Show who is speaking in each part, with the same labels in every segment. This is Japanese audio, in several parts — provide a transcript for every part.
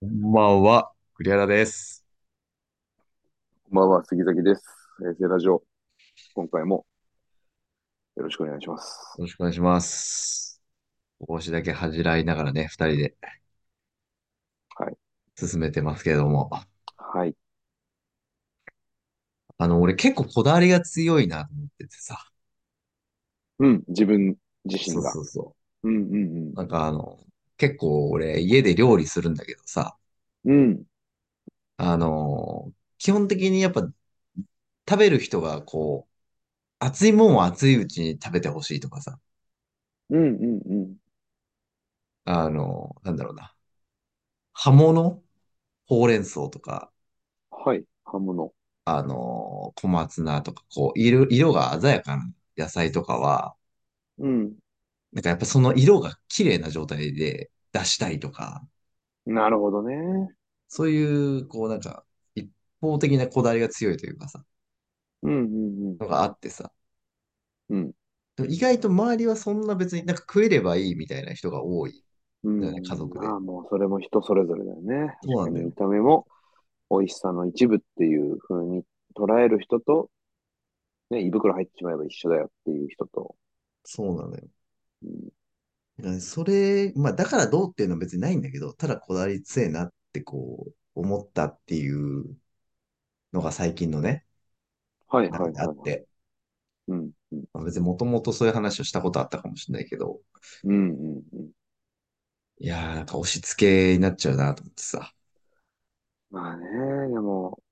Speaker 1: こんばんは、栗原です。
Speaker 2: こんばんは、杉崎です。えー、セラジオ、今回もよろしくお願いします。
Speaker 1: よろしくお願いします。帽子だけ恥じらいながらね、二人で
Speaker 2: はい。
Speaker 1: 進めてますけれども。
Speaker 2: はい。
Speaker 1: あの、俺結構こだわりが強いなと思っててさ。
Speaker 2: うん、自分自身
Speaker 1: そう
Speaker 2: が。
Speaker 1: そうそ
Speaker 2: うん、うん、
Speaker 1: う。なんかあの、結構俺家で料理するんだけどさ。
Speaker 2: うん。うん。
Speaker 1: あの、基本的にやっぱ食べる人がこう、熱いもんを熱いうちに食べてほしいとかさ。
Speaker 2: うん、うん、うん。
Speaker 1: あの、なんだろうな。葉物ほうれん草とか、
Speaker 2: はい、刃物。
Speaker 1: あの、小松菜とか、こう、色、色が鮮やかな野菜とかは、
Speaker 2: うん。
Speaker 1: なんかやっぱその色が綺麗な状態で出したいとか、
Speaker 2: なるほどね。
Speaker 1: そういう、こうなんか、一方的なこだわりが強いというかさ、
Speaker 2: うん、うん、うん。
Speaker 1: のがあってさ。
Speaker 2: うん、
Speaker 1: でも意外と周りはそんな別になんか食えればいいみたいな人が多い。
Speaker 2: う
Speaker 1: だよね、家
Speaker 2: ん。
Speaker 1: 族
Speaker 2: ま
Speaker 1: で。
Speaker 2: あ、もうそれも人それぞれだよね。
Speaker 1: そうな
Speaker 2: 確か
Speaker 1: んだ
Speaker 2: に見
Speaker 1: よ。
Speaker 2: た目も美味しさの一部っていう風に捉える人と、ね、胃袋入ってしまえば一緒だよっていう人と。
Speaker 1: そうなのよ。
Speaker 2: うん、
Speaker 1: だからそれ、まあだからどうっていうのは別にないんだけど、ただこだわり強いなってこう、思ったっていうのが最近のね、
Speaker 2: はい、
Speaker 1: 中
Speaker 2: はい、
Speaker 1: であ
Speaker 2: は
Speaker 1: っ
Speaker 2: い、はい。
Speaker 1: て、
Speaker 2: うん、うん、
Speaker 1: まあ、別にもともとそういう話をしたことあったかもしれないけど、
Speaker 2: うん、うんうん。
Speaker 1: いやーなんか押し付けになっちゃうなと思ってさ。
Speaker 2: まあね、でも、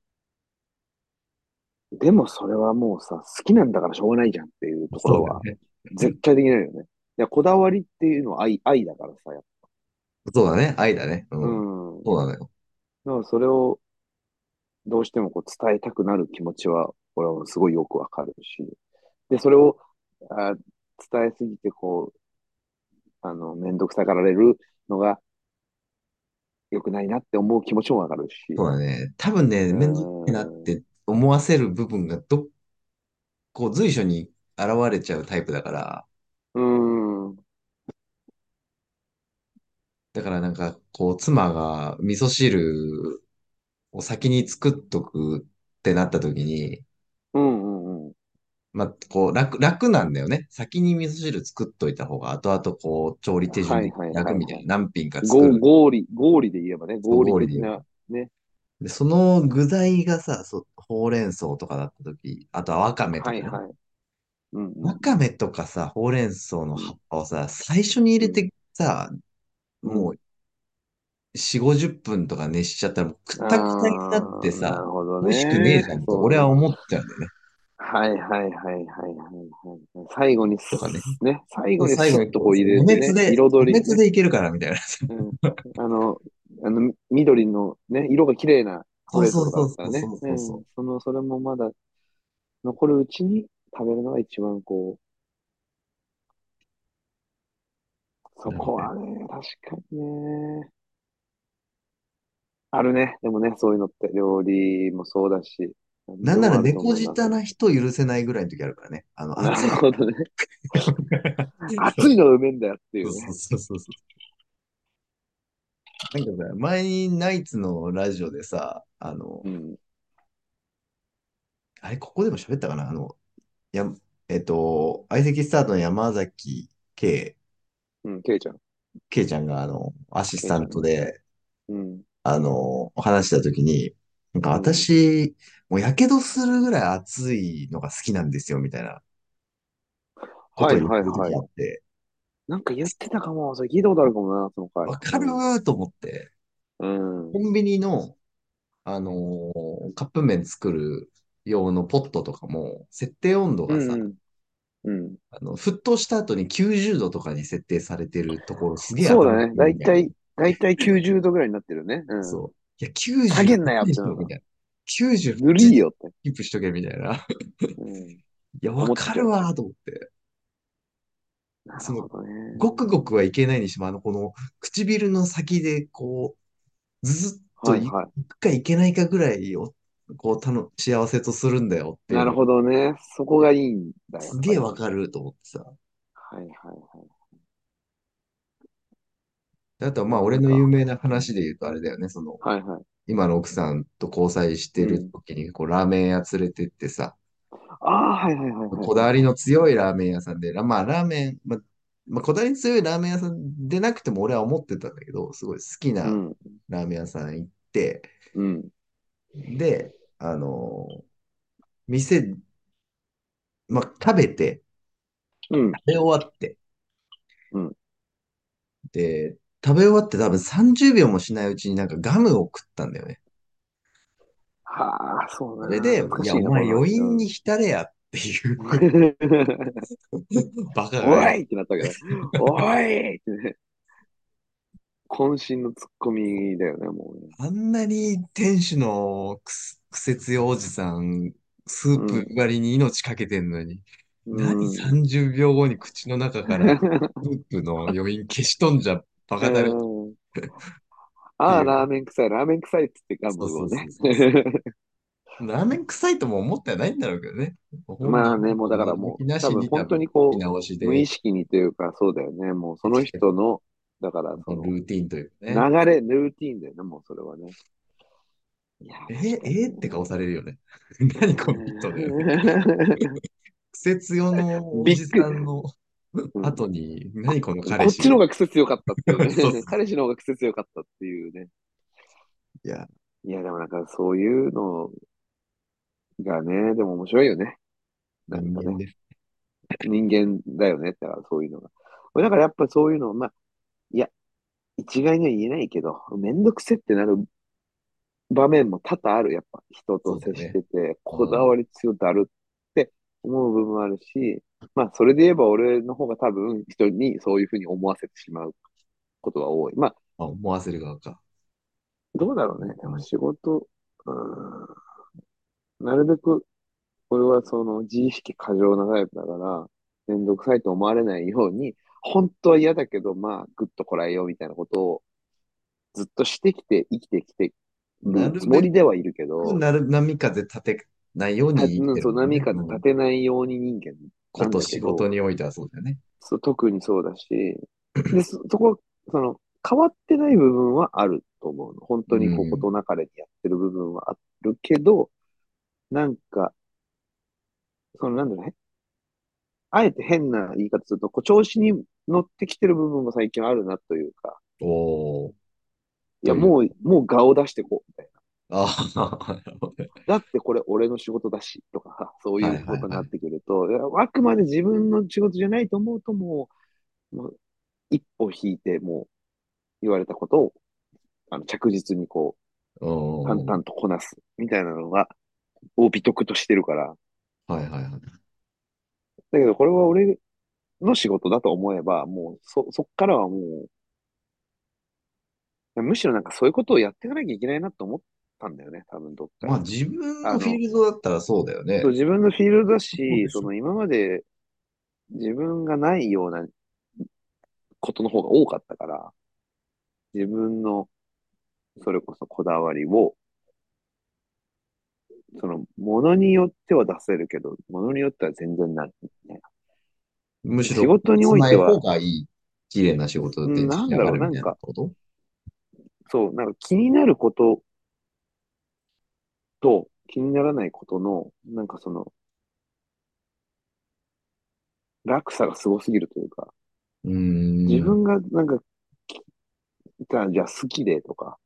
Speaker 2: でもそれはもうさ、好きなんだからしょうがないじゃんっていうとこ
Speaker 1: そう
Speaker 2: ろ
Speaker 1: だよ
Speaker 2: は
Speaker 1: ね。
Speaker 2: 絶対できないよね。いや、こだわりっていうのは愛、愛だからさ、やっ
Speaker 1: そうだね。愛だね。
Speaker 2: ぱ。
Speaker 1: うん。
Speaker 2: うん。
Speaker 1: そうなのよ。
Speaker 2: だからそれをどうしてもこう伝えたくなる気持ちは、俺はすごいよくわかるし。で、それを、あ、伝えすぎて、こう、あの、めんどくさがられるのが良くないなって思う気持ちもわかるし。
Speaker 1: そうだね。多分ね、
Speaker 2: う
Speaker 1: 面倒くさいなっ
Speaker 2: ん。
Speaker 1: て思わせる部分がどっ、こう随所に現れちゃうタイプだから、
Speaker 2: うん。
Speaker 1: だからなんか、こう、妻が味噌汁を先に作っとくってなった時に、
Speaker 2: うんうんうん。
Speaker 1: まあ、こう、楽、楽なんだよね。先に味噌汁作っといた方が、後々こう、調理手順
Speaker 2: はい
Speaker 1: で
Speaker 2: はい
Speaker 1: 楽
Speaker 2: はい
Speaker 1: みた
Speaker 2: はいい。
Speaker 1: な。何品 か作
Speaker 2: ご
Speaker 1: る。
Speaker 2: 合理、合理で言えばね、
Speaker 1: そう、
Speaker 2: 合理
Speaker 1: 合理で
Speaker 2: 的
Speaker 1: 言えば。
Speaker 2: な、ね。
Speaker 1: で、その具材がさ、そうほうれん草とかだった時、あとはわかめと
Speaker 2: は
Speaker 1: か
Speaker 2: い
Speaker 1: ね。
Speaker 2: はい。うんう
Speaker 1: わ
Speaker 2: ん
Speaker 1: かめとかさ、ほうれん草の
Speaker 2: う
Speaker 1: 葉
Speaker 2: ん。
Speaker 1: っぱをさ、最初に入
Speaker 2: う
Speaker 1: れ
Speaker 2: ん
Speaker 1: てさ、
Speaker 2: う
Speaker 1: も
Speaker 2: ん。
Speaker 1: う4、50分とか熱しちゃったらもうく
Speaker 2: う
Speaker 1: た
Speaker 2: ん。
Speaker 1: くたになって
Speaker 2: ああ、な
Speaker 1: さ、
Speaker 2: るほど
Speaker 1: 美味しくねえ
Speaker 2: ね。
Speaker 1: じゃんと
Speaker 2: そう
Speaker 1: 俺
Speaker 2: だ
Speaker 1: は
Speaker 2: ね。
Speaker 1: 思っちゃうんだよね。
Speaker 2: はいはいはいはいはいはいはい。最後に
Speaker 1: とかね。
Speaker 2: す、ね。最
Speaker 1: そ
Speaker 2: 後
Speaker 1: う
Speaker 2: に
Speaker 1: 最後
Speaker 2: スッ
Speaker 1: に
Speaker 2: と
Speaker 1: こ
Speaker 2: こ
Speaker 1: う、
Speaker 2: う
Speaker 1: そ
Speaker 2: 入
Speaker 1: う
Speaker 2: れ
Speaker 1: 余
Speaker 2: て
Speaker 1: 熱
Speaker 2: ね。
Speaker 1: で、
Speaker 2: 彩
Speaker 1: 余
Speaker 2: り、
Speaker 1: 熱でいけるからみたい な。
Speaker 2: うん。あの、あの、緑のね、色が綺麗なほ
Speaker 1: そうう
Speaker 2: れ
Speaker 1: そ
Speaker 2: ん草
Speaker 1: う
Speaker 2: とか
Speaker 1: そ
Speaker 2: だ
Speaker 1: う
Speaker 2: った
Speaker 1: そ
Speaker 2: ら
Speaker 1: う
Speaker 2: ね。
Speaker 1: そうそうそ
Speaker 2: うん。
Speaker 1: う。
Speaker 2: その、それもまだ残るうちに食べるのが一番こう、そ
Speaker 1: なの
Speaker 2: こ
Speaker 1: で、
Speaker 2: はね、確かにね。あるね。でもね、そういうのって、料理もそうだし、何
Speaker 1: なん
Speaker 2: で
Speaker 1: なら
Speaker 2: もあると
Speaker 1: 猫
Speaker 2: 思うな、
Speaker 1: 舌
Speaker 2: それ。
Speaker 1: な人許せないぐらいの時あるからね。あの、
Speaker 2: な
Speaker 1: 熱
Speaker 2: る
Speaker 1: い。
Speaker 2: ほどね。 熱いのがうめえんだよってい
Speaker 1: そう
Speaker 2: う
Speaker 1: そう
Speaker 2: ね。
Speaker 1: そうそうそう。なんかさ、前にナイツのラジオでさ、あの、
Speaker 2: うん。
Speaker 1: あれ、ここでも喋ったかなあの、や、えっと、相席スタートの山崎圭、
Speaker 2: うん、ケイちゃん。
Speaker 1: 圭ちゃんが、あの、アシス
Speaker 2: ケイ
Speaker 1: タ
Speaker 2: ちゃ
Speaker 1: ン
Speaker 2: ん
Speaker 1: ト
Speaker 2: ね。
Speaker 1: で、
Speaker 2: うん。
Speaker 1: あの、話したときに、なんか
Speaker 2: うん。
Speaker 1: 私、もうやけどするぐらい熱いのが好きなんですよ、みたいなこ
Speaker 2: は
Speaker 1: とを
Speaker 2: い
Speaker 1: 言っ
Speaker 2: はい
Speaker 1: てると
Speaker 2: は
Speaker 1: き
Speaker 2: い。
Speaker 1: あって、
Speaker 2: なんか言ってたかも。それ聞いたことあるかもな、その回。
Speaker 1: わかる
Speaker 2: うん。
Speaker 1: ーと思って、
Speaker 2: うん。
Speaker 1: コンビニの、あのーカップ麺作る用のポットとかも、設定温度
Speaker 2: う
Speaker 1: がさ、
Speaker 2: んうん。うん。
Speaker 1: あの、沸騰した後に90度とかに設定されてるところすげえ
Speaker 2: そう
Speaker 1: 頭き
Speaker 2: だね。
Speaker 1: い
Speaker 2: だ
Speaker 1: ん
Speaker 2: い
Speaker 1: だよ
Speaker 2: た
Speaker 1: ね。
Speaker 2: い、だいたい90度ぐらいになってるね。うん。
Speaker 1: そう。いや、
Speaker 2: 下
Speaker 1: 90
Speaker 2: げんなよっ
Speaker 1: で
Speaker 2: て
Speaker 1: し
Speaker 2: な
Speaker 1: ょ、
Speaker 2: る
Speaker 1: み
Speaker 2: の。
Speaker 1: たいな。90
Speaker 2: ぬるいよって。
Speaker 1: キープしとけ、みたいな。
Speaker 2: うん。
Speaker 1: いや、わ
Speaker 2: 思っ
Speaker 1: か
Speaker 2: ちゃ
Speaker 1: る
Speaker 2: う。
Speaker 1: わーと思って。
Speaker 2: な
Speaker 1: そ
Speaker 2: る
Speaker 1: の、
Speaker 2: ほどね。
Speaker 1: ごくごくはいけないにしも、あの、この、唇の先で、こう、ずっと
Speaker 2: はい
Speaker 1: い、
Speaker 2: はい
Speaker 1: くかいけないかぐらいを、こう、たの、幸せとするんだよっ
Speaker 2: い。
Speaker 1: ていう
Speaker 2: なる
Speaker 1: の、
Speaker 2: ほどね。そこがいいんだ、やっ
Speaker 1: すげ
Speaker 2: ぱ
Speaker 1: え
Speaker 2: り。
Speaker 1: わかると思ってさ。
Speaker 2: はいはいはい。
Speaker 1: であとはまあ、俺
Speaker 2: なん
Speaker 1: の有
Speaker 2: か、
Speaker 1: 名な話で言うとあれだよね、その、
Speaker 2: はいはい。
Speaker 1: 今の奥さんと交際して
Speaker 2: う
Speaker 1: る
Speaker 2: ん。
Speaker 1: 時に、こう、ラーメン屋連れてってさ、
Speaker 2: ああ、はいはいはいはい
Speaker 1: こだ
Speaker 2: は
Speaker 1: わ
Speaker 2: い。
Speaker 1: りの強いラーメン屋さんで、らまあ、ラーメン、まあ、まあこだわりの強いラーメン屋さんでなくても俺は思ってたんだけど、すごい好き
Speaker 2: う、
Speaker 1: なんラーメン屋さん行って、
Speaker 2: うん、
Speaker 1: で、あのー店、まあ、食べて、
Speaker 2: うん、
Speaker 1: 食べ終わって、
Speaker 2: うん。
Speaker 1: で、食べ終わって多分30秒もしないうちになんかガムを食ったんだよね。
Speaker 2: はあ、そう
Speaker 1: それ
Speaker 2: な、
Speaker 1: で、
Speaker 2: 難
Speaker 1: い
Speaker 2: し
Speaker 1: や、
Speaker 2: い
Speaker 1: お
Speaker 2: な、こ
Speaker 1: 前
Speaker 2: の話。
Speaker 1: 余韻
Speaker 2: う
Speaker 1: に
Speaker 2: ん。
Speaker 1: 浸れやっていう バカ
Speaker 2: お
Speaker 1: がよ。
Speaker 2: いってなったわけだ。おいってね。渾身のツッコミだよね、もうね。
Speaker 1: あんなに店主のくす苦節用おじさん、スー
Speaker 2: う
Speaker 1: プ
Speaker 2: ん、
Speaker 1: 割りに命かけてんのに、何
Speaker 2: うん。
Speaker 1: 30秒後に口の中 からスープの余韻消しとんじゃバカだろっ
Speaker 2: うん。
Speaker 1: て
Speaker 2: ああ、
Speaker 1: いう。
Speaker 2: ラーメン臭い、ラーメン臭いっつってガ
Speaker 1: そう
Speaker 2: ム
Speaker 1: そ
Speaker 2: を
Speaker 1: うそ
Speaker 2: ね。
Speaker 1: うそうそう。 ラーメン臭いとも思ってはないんだろうけどね。本
Speaker 2: ま
Speaker 1: 人
Speaker 2: あね、もうだから
Speaker 1: の
Speaker 2: も
Speaker 1: 気
Speaker 2: う、
Speaker 1: な
Speaker 2: 多
Speaker 1: し
Speaker 2: 分
Speaker 1: に多
Speaker 2: 本当
Speaker 1: 分
Speaker 2: に
Speaker 1: 見
Speaker 2: こ
Speaker 1: 直し
Speaker 2: う、無意
Speaker 1: で、
Speaker 2: 識にというか、そうだよね。もうその
Speaker 1: 確かに
Speaker 2: 人の、だからその、
Speaker 1: ルーティンというかね。
Speaker 2: 流れ、ルーティーンだよね、もうそれはね。いや、
Speaker 1: えー、
Speaker 2: 確か
Speaker 1: え
Speaker 2: に
Speaker 1: ーって顔されるよね。 何この人だよね。
Speaker 2: ね。
Speaker 1: 苦節用のお
Speaker 2: びっ
Speaker 1: じ
Speaker 2: く
Speaker 1: さんの
Speaker 2: うん。
Speaker 1: 後に、何この彼
Speaker 2: こっ
Speaker 1: 氏
Speaker 2: ちの
Speaker 1: が。
Speaker 2: 方が癖強かったっていう
Speaker 1: そうそ
Speaker 2: ね。
Speaker 1: う。
Speaker 2: 彼氏の方が癖強かったっていうね。
Speaker 1: いや、
Speaker 2: いや、でもなんかそういうのがね、でも面白いよね。なん
Speaker 1: 人
Speaker 2: か
Speaker 1: 間
Speaker 2: ね。
Speaker 1: です。
Speaker 2: 人間だよね。だからそういうのが。俺だからやっぱそういうの、まあ、いや、一概には言えないけど、めんどくせってなる場面も多々ある。やっぱ
Speaker 1: そ
Speaker 2: 人と
Speaker 1: うだよ
Speaker 2: 接し
Speaker 1: ね。
Speaker 2: てて、こ
Speaker 1: う
Speaker 2: だ
Speaker 1: ん。
Speaker 2: わり強だるって思う部分もあるし、まあそれで言えば俺の方が多分人にそういうふうに思わせてしまうことが多い。まあ
Speaker 1: あ、思わせる側か。
Speaker 2: どうだろ
Speaker 1: う
Speaker 2: うね。でも
Speaker 1: ん
Speaker 2: 仕事、うーん、なるべく俺はその自意識過剰なタイプだから、めんどくさいと思われないように、本当は嫌だけど、まあグッとこらえようみたいなことをずっとしてきて生きてきて
Speaker 1: な
Speaker 2: る
Speaker 1: る
Speaker 2: つも
Speaker 1: べ
Speaker 2: りではいるけ
Speaker 1: く
Speaker 2: ど、
Speaker 1: なる波風立てないよう
Speaker 2: た、
Speaker 1: に生き
Speaker 2: うん、
Speaker 1: て
Speaker 2: そ
Speaker 1: る
Speaker 2: う、
Speaker 1: もん
Speaker 2: 波
Speaker 1: ね。
Speaker 2: 風
Speaker 1: う
Speaker 2: 立
Speaker 1: ん。
Speaker 2: てないように人間
Speaker 1: こ
Speaker 2: なん
Speaker 1: と
Speaker 2: だけ
Speaker 1: 仕事
Speaker 2: ど、
Speaker 1: においてはそうだよね。
Speaker 2: そう、特にそうだし、で、そ、そこ、その、変わってない部分はあると思うの。本
Speaker 1: う
Speaker 2: 当にこう、こ
Speaker 1: ん。
Speaker 2: となかれにやってる部分はあるけど、なんか、その、なんだろうね。あえて変な言い方すると、こう、調子に乗ってきてる部分も最近あるなというか、
Speaker 1: おー、
Speaker 2: いや、
Speaker 1: という。
Speaker 2: もう、もう顔出してこう、みたいな。
Speaker 1: ああ、なるほどね
Speaker 2: だってこれ俺の仕事だし、とか、そうい
Speaker 1: は
Speaker 2: う
Speaker 1: いは
Speaker 2: こ
Speaker 1: い
Speaker 2: とに
Speaker 1: は
Speaker 2: なっ
Speaker 1: い。
Speaker 2: てくると、いやあくまで自分の仕事じゃないと思うと、もう、もう一歩引いて、もう、言われたことを、あの、着実にこう、淡
Speaker 1: おー、
Speaker 2: 々とこなす、みたいなのが、を美徳としてるから。
Speaker 1: はいはいはい。
Speaker 2: だけど、これは俺の仕事だと思えば、もう、そ、そっからはもう、むしろなんかそういうことをやっていかなきゃいけないなと思ったんだよね、多分どっか
Speaker 1: まあ
Speaker 2: で。
Speaker 1: 自分
Speaker 2: あ
Speaker 1: のフィー
Speaker 2: の、
Speaker 1: ルドだったらそうだよ
Speaker 2: そう、
Speaker 1: ね。
Speaker 2: 自分のフィールドだ
Speaker 1: そう
Speaker 2: し、
Speaker 1: で
Speaker 2: そ
Speaker 1: しょ。
Speaker 2: の今まで自分がないようなことの方が多かったから、自分の、それこそこだわりを、その、ものによっては出せるけど、ものによっては全然ないみたいな。
Speaker 1: むし
Speaker 2: 仕
Speaker 1: ろ
Speaker 2: 事に
Speaker 1: つ
Speaker 2: おい
Speaker 1: な
Speaker 2: て
Speaker 1: い方
Speaker 2: は、
Speaker 1: がいい、綺麗な仕事だ
Speaker 2: う
Speaker 1: って
Speaker 2: ん、
Speaker 1: 出来
Speaker 2: なん
Speaker 1: 上
Speaker 2: だ
Speaker 1: が
Speaker 2: ろう、
Speaker 1: るみ
Speaker 2: なん
Speaker 1: たいな
Speaker 2: か、
Speaker 1: こと
Speaker 2: そう、なんか気になることと気にならないことの、なんかその、落差がすごすぎるというか、
Speaker 1: う
Speaker 2: 自
Speaker 1: ーん。
Speaker 2: 分がなんか、きじゃあじゃあ好きでとか、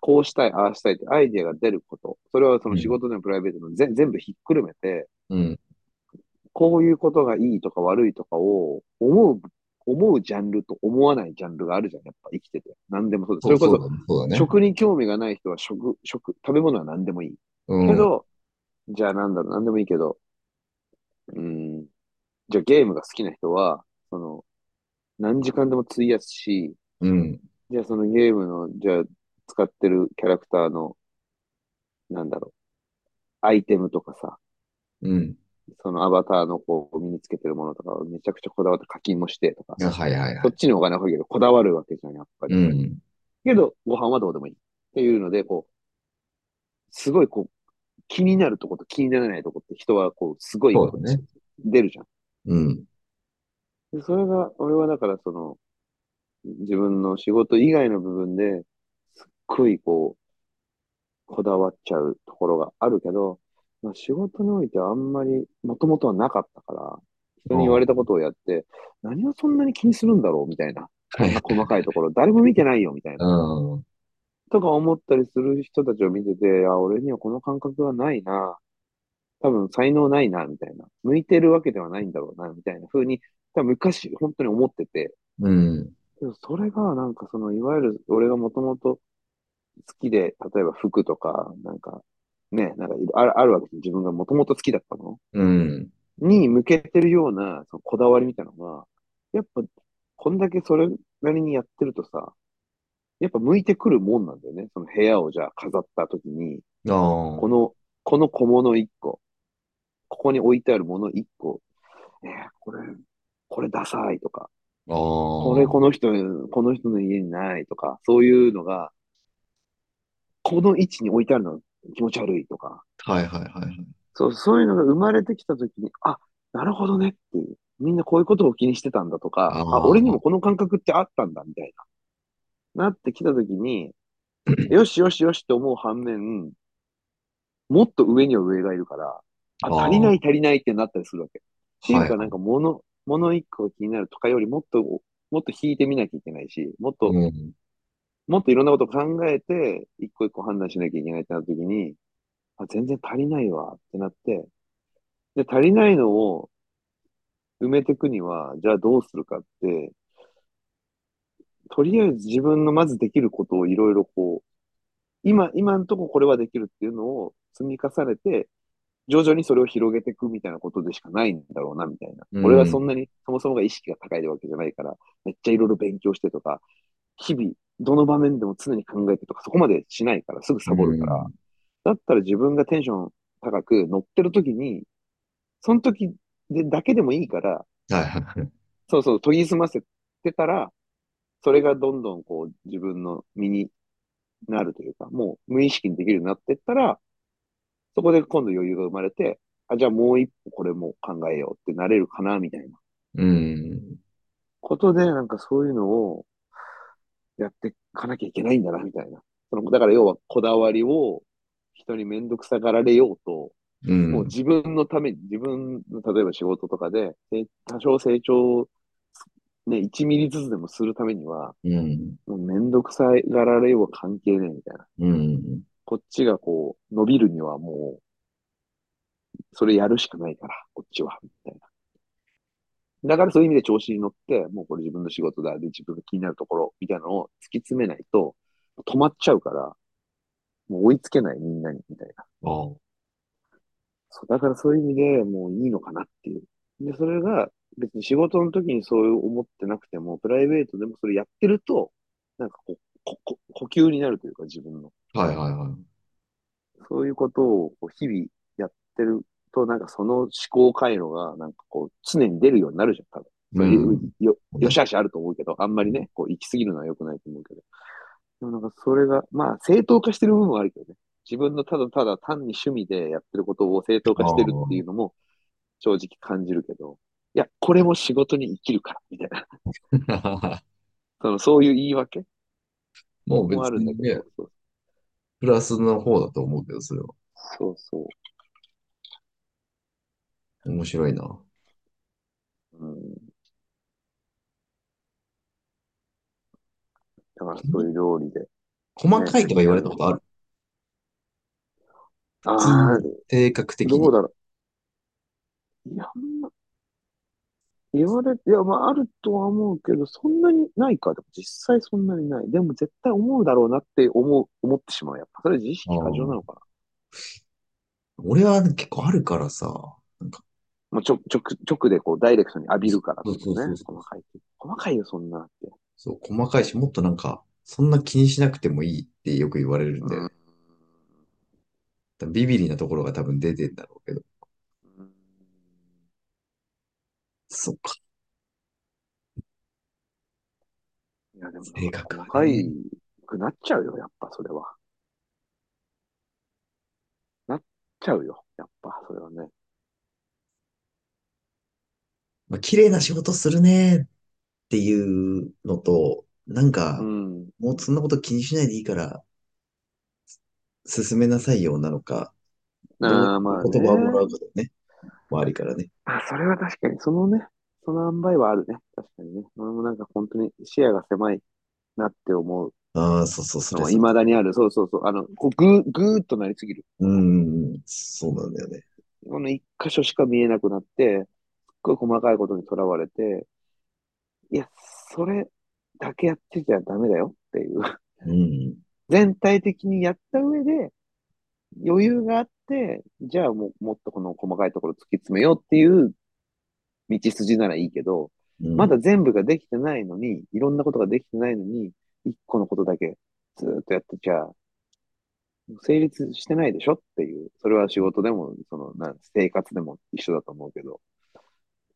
Speaker 2: こうしたい、ああしたいってアイデアが出ること、それはそうの仕
Speaker 1: ん。
Speaker 2: 事でもプライベートでも全全部ひっくるめて、
Speaker 1: うん。
Speaker 2: こういうことがいいとか悪いとかを思う、思うジャンルと思わないジャンルがあるじゃん、やっぱ生きてて。何でもそうです。そ
Speaker 1: そう、
Speaker 2: れこ
Speaker 1: そう
Speaker 2: そ、
Speaker 1: だね。そうだね。
Speaker 2: 食に興味がない人は食、食、食べ物は何でもいい。
Speaker 1: う
Speaker 2: け
Speaker 1: ん。
Speaker 2: ど、じゃあなんだろう、何でもいいけど、うん、じゃあゲームが好きな人は、その、何時間でも費やすし、
Speaker 1: うん。
Speaker 2: じゃあそのゲームの、じゃあ使ってるキャラクターの、なんだろう、アイテムとかさ、
Speaker 1: うん。
Speaker 2: そのアバターのこう身につけてるものとかをめちゃくちゃこだわって課金もしてとか、
Speaker 1: あはいはいは
Speaker 2: そっ
Speaker 1: い。
Speaker 2: ちにお金をかける、こだわるわけじゃん、やっぱ
Speaker 1: う
Speaker 2: り。
Speaker 1: ん。
Speaker 2: けど、ご飯はどうでもいい。っていうので、こう、すごいこう、気になるとこと気にならないとこって人はこう、すごい
Speaker 1: そう
Speaker 2: こ
Speaker 1: だ
Speaker 2: う、
Speaker 1: ね。
Speaker 2: ち出るじゃん。
Speaker 1: うん。
Speaker 2: で、それが、俺はだからその、自分の仕事以外の部分ですっごいこう、こだわっちゃうところがあるけど、まあ、仕事においてはあんまり、もともとはなかったから、人に言われ
Speaker 1: あ
Speaker 2: たことをやって、何をそんなに気にするんだろうみたいな。
Speaker 1: あ、
Speaker 2: こ
Speaker 1: は。
Speaker 2: んない細かいところ、誰も見てないよみたいな。
Speaker 1: うん。
Speaker 2: とか思ったりする人たちを見てて、あ、俺にはこの感覚はないな。多分才能ないな、みたいな。向いてるわけではないんだろうな、みたいな風に、多分昔本当に思ってて。
Speaker 1: うん。
Speaker 2: でもそれがなんかその、いわゆる俺がもともと好きで、例えば服とか、なんか、ね、なんかいろある、あるわけで自分がもともと好きだったの
Speaker 1: うん。
Speaker 2: に向けてるような、そのこだわりみたいなのが、やっぱ、こんだけそれなりにやってるとさ、やっぱ向いてくるもんなんだよね。その部屋をじゃあ飾った時に、
Speaker 1: あ
Speaker 2: こ
Speaker 1: あ。
Speaker 2: の、この小物1個、ここに置いてあるもの1個、えーこれ、これダサいとか、
Speaker 1: あ
Speaker 2: これ
Speaker 1: あ。
Speaker 2: この人、この人の家にないとか、そういうのが、この位置に置いてあるの気持ち悪いとか、
Speaker 1: はいはいはいはい。
Speaker 2: そう、そういうのが生まれてきた時に、あ、なるほどねっていう。みんなこういうことを気にしてたんだとか、あ、俺に
Speaker 1: あ
Speaker 2: もこの感覚ってあったんだみたいな、なってきた時 に、よしよしよしと思う反面、もっと上には上がいるから、あ、足り
Speaker 1: あ。
Speaker 2: な
Speaker 1: あ
Speaker 2: い足りないってなったりするわけ。って
Speaker 1: あ。
Speaker 2: い
Speaker 1: は
Speaker 2: う
Speaker 1: いは
Speaker 2: か、なん
Speaker 1: い。
Speaker 2: か物、物一個が気になるとかよりもっと、もっと引いてみなきゃいけないし、もっと、
Speaker 1: うん。
Speaker 2: もっといろんなことを考えて、一個一個判断しなきゃいけないってなった時に、あ、全然足りないわってなって、で、足りないのを埋めていくには、じゃあどうするかって、とりあえず自分のまずできることをいろいろこう、今、今んとここれはできるっていうのを積み重ねて、徐々にそれを広げていくみたいなことでしかないんだろうな、みたいな。
Speaker 1: う
Speaker 2: 俺はそん
Speaker 1: ん。
Speaker 2: なに、そもそもが意識が高いわけじゃないから、めっちゃいろいろ勉強してとか、日々、どの場面でも常に考えてとか、そこまでしないから、すぐ
Speaker 1: う
Speaker 2: サボるから。
Speaker 1: ん。
Speaker 2: だったら自分がテンション高く乗ってる時に、その時でだけでもいいから、
Speaker 1: はいはいはい。
Speaker 2: そうそう、研ぎ澄ませてたら、それがどんどんこう、自分の身になるというか、もう無意識にできるようになってったら、そこで今度余裕が生まれて、あ、じゃあもう一歩これも考えようってなれるかな、みたいな
Speaker 1: うん。
Speaker 2: ことで、なんかそういうのをやっていかなきゃいけないんだな、みたいな。その、だから要はこだわりを人にめんどくさがられようと、
Speaker 1: う。
Speaker 2: もうん自分のために、自分の例えば仕事とかで、え多少成長、ね、1ミリずつでもするためには、
Speaker 1: うん。
Speaker 2: もうめんどくさがられようが関係ねえみたいな。
Speaker 1: うん。
Speaker 2: こっちがこう、伸びるにはもう、それやるしかないから、こっちは、みたいな。だからそういう意味で調子に乗って、もうこれ自分の仕事だ、で自分が気になるところ、みたいなのを突き詰めないと、止まっちゃうから、もう追いつけない、みんなに、みたいな。
Speaker 1: ああ。
Speaker 2: そう、だからそういう意味でもういいのかなっていう。で、それが別に仕事の時にそう思ってなくても、プライベートでもそれやってると、なんかこう、こ、こ、呼吸になるというか自分の。
Speaker 1: はいはいはい。
Speaker 2: そういうことをこう日々やってると、なんかその思考回路が、なんかこう、常に出るようになるじゃん、多
Speaker 1: う
Speaker 2: 分。それ、うん
Speaker 1: ん。
Speaker 2: よ、
Speaker 1: そう
Speaker 2: よ
Speaker 1: ね。
Speaker 2: し悪しあると思うけど、あんまりね、こう、行き過ぎるのは良くないと思うけど。でもなんかそれが、まあ、正当化してる部分はあるけどね。自分のただただ単に趣味でやってることを正当
Speaker 1: あ
Speaker 2: 化してるっていう
Speaker 1: あ。
Speaker 2: のも正直感じるけど、いや、これも仕事に生きるから、みたいな。その、そういう言い訳
Speaker 1: もう
Speaker 2: もあ
Speaker 1: 別
Speaker 2: るんだ
Speaker 1: に
Speaker 2: け
Speaker 1: ね、
Speaker 2: ど、そう、
Speaker 1: プラスの方だと思うけど、それは。
Speaker 2: そうそう。
Speaker 1: 面白いな。
Speaker 2: うん。だからそういう料理で、
Speaker 1: 細
Speaker 2: ね、
Speaker 1: かいとか言
Speaker 2: や
Speaker 1: われ
Speaker 2: る
Speaker 1: た
Speaker 2: の
Speaker 1: ことあ
Speaker 2: も。
Speaker 1: る普通
Speaker 2: ああ、
Speaker 1: に、性格的
Speaker 2: どう
Speaker 1: に。
Speaker 2: だろう。いや、あんま言われて、いや、まあ、あるとは思うけど、そんなにないか。でも実際そんなにない。でも絶対思うだろうなって思う、思ってしまう。やっぱ、それ自意
Speaker 1: あ
Speaker 2: 識過剰な
Speaker 1: あ。
Speaker 2: のかな。
Speaker 1: 俺は結構あるからさ、なんか、
Speaker 2: もうちょ、直、直でこう、ダイレクトに浴びるからっ
Speaker 1: そう
Speaker 2: てこ
Speaker 1: そう
Speaker 2: と
Speaker 1: そう
Speaker 2: ね。
Speaker 1: そ
Speaker 2: 細
Speaker 1: う。
Speaker 2: かいって。細かいよ、そんなって。
Speaker 1: そう、細かいし、もっとなんか、そんな気にしなくてもいいってよく言われるん
Speaker 2: う
Speaker 1: だよ
Speaker 2: ん。
Speaker 1: ね。多分ビビリなところが多分出てんだろうけど。
Speaker 2: うん
Speaker 1: そうか。
Speaker 2: いや、でもなん
Speaker 1: 性
Speaker 2: か
Speaker 1: 格
Speaker 2: 細
Speaker 1: は
Speaker 2: か
Speaker 1: ね。
Speaker 2: いくなっちゃうよ、やっぱ、それは。なっちゃうよ、やっぱ、それはね。
Speaker 1: まあ、綺麗な仕事するねっていうのと、なん
Speaker 2: う
Speaker 1: か、
Speaker 2: ん。
Speaker 1: もうそんなこと気にしないでいいから、進めなさいよなのか、どう
Speaker 2: ああ、まあ
Speaker 1: 言葉をもら
Speaker 2: ね。
Speaker 1: うかだよね。周りからね。
Speaker 2: あ、それは確かに、そのね、その塩梅はあるね。確かにね。俺もなんか本当に視野が狭いなって思う
Speaker 1: ああ、そうそう、そ
Speaker 2: の
Speaker 1: れ
Speaker 2: は
Speaker 1: それ。
Speaker 2: 未だにある。そうそうそう。あの、こう、ぐー、ぐーっとなりすぎる。
Speaker 1: うん、そうなんだよね。
Speaker 2: この一箇所しか見えなくなって、すっごい細かいことにとらわれて、いや、それだけやってちゃダメだよっていう。
Speaker 1: うん、
Speaker 2: 全体的にやった上で、余裕があって、じゃあもう、もっとこの細かいところ突き詰めようっていう道筋ならいいけど、
Speaker 1: う
Speaker 2: まだ
Speaker 1: ん、
Speaker 2: 全部ができてないのに、いろんなことができてないのに、一個のことだけずーっとやってちゃ、成立してないでしょっていう。それは仕事でも、その、なん、生活でも一緒だと思うけど。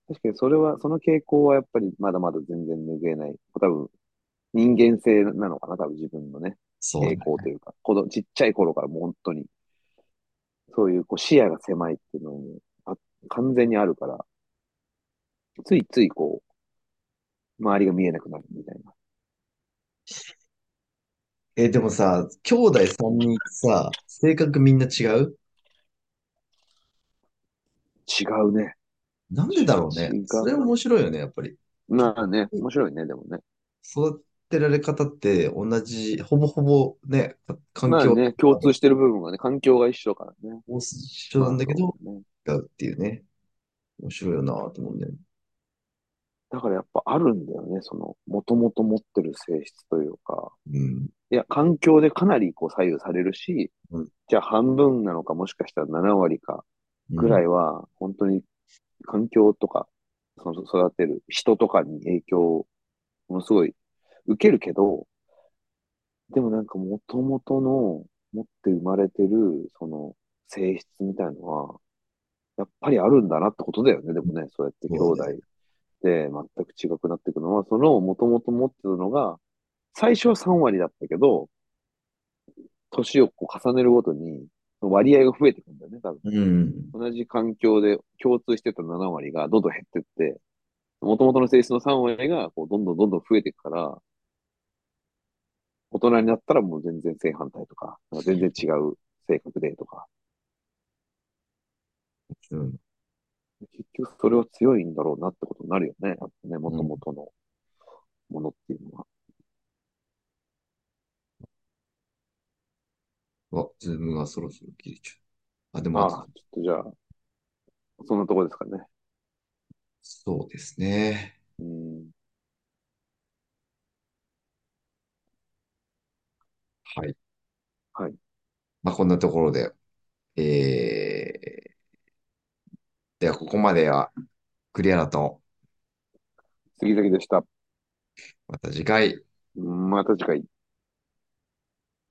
Speaker 2: 確かにそれは、その傾向はやっぱりまだまだ全然拭えない。多分、人間性なのかな、多分自分のね、
Speaker 1: そう
Speaker 2: 傾
Speaker 1: だ
Speaker 2: 向というか、子供、ちっちゃい頃からもう本当に、そういうこう視野が狭いっていうのも、あ、完全にあるから、ついついこう、周りが見えなくなるみたいな。
Speaker 1: え、でもさ、兄弟3人さ、性格みんな違う
Speaker 2: 違うね。
Speaker 1: なんで
Speaker 2: ち、
Speaker 1: だろう
Speaker 2: 違
Speaker 1: ね。それ
Speaker 2: う。
Speaker 1: 面白いよね、やっぱり。
Speaker 2: まあね、面白いね、でもね。
Speaker 1: 育てられ方って同じ、ほぼほぼね、か環
Speaker 2: まあ
Speaker 1: 境
Speaker 2: ね、共通してる部分がね、環境が一緒だからね。
Speaker 1: を一緒な
Speaker 2: ま
Speaker 1: ん
Speaker 2: あ
Speaker 1: だけ
Speaker 2: そ
Speaker 1: ど、
Speaker 2: うだね。
Speaker 1: 違うっていうね。面白いよなぁと思うんだよね。
Speaker 2: だからやっぱあるんだよね、その、もともと持ってる性質というか。
Speaker 1: うん。
Speaker 2: いや、環境でかなりこう左右されるし、
Speaker 1: うん。
Speaker 2: じゃあ半分なのかもしかしたら7割か
Speaker 1: う
Speaker 2: ぐら
Speaker 1: ん。
Speaker 2: いは、本当に環境とか、その育てる人とかに影響をものすごい受けるけど、でもなんかもともとの持って生まれてる、その性質みたいのは、やっぱりあるんだなってことだよね。でもね、そうやって兄
Speaker 1: そう
Speaker 2: 弟
Speaker 1: だね。
Speaker 2: で全く違くなっていくのは、そのもともと持ってたのが、最初は3割だったけど、年をこう重ねるごとに、割合が増えていくんだよね、多分。
Speaker 1: うん。
Speaker 2: 同じ環境で共通してた7割がどんどん減ってって、もともとの性質の3割がこうどんどんどんどん増えていくから、大人になったらもう全然正反対とか、なんか全然違う性格でとか、
Speaker 1: うん。
Speaker 2: 結局それは強いんだろうなってことになるよね。やっぱね、も
Speaker 1: う
Speaker 2: と
Speaker 1: ん。
Speaker 2: もとのものっていうのは。
Speaker 1: うわ、ズームがそろそろ切れちゃう。あ、でもあと、
Speaker 2: ああ、ちょっとじゃあ、そんなとこですかね。
Speaker 1: そうですね。
Speaker 2: うん。
Speaker 1: はい。
Speaker 2: はい。
Speaker 1: まあ、こんなところで、えー、ではここまではクリアだと、
Speaker 2: 杉崎でした。
Speaker 1: また次回。
Speaker 2: また次回。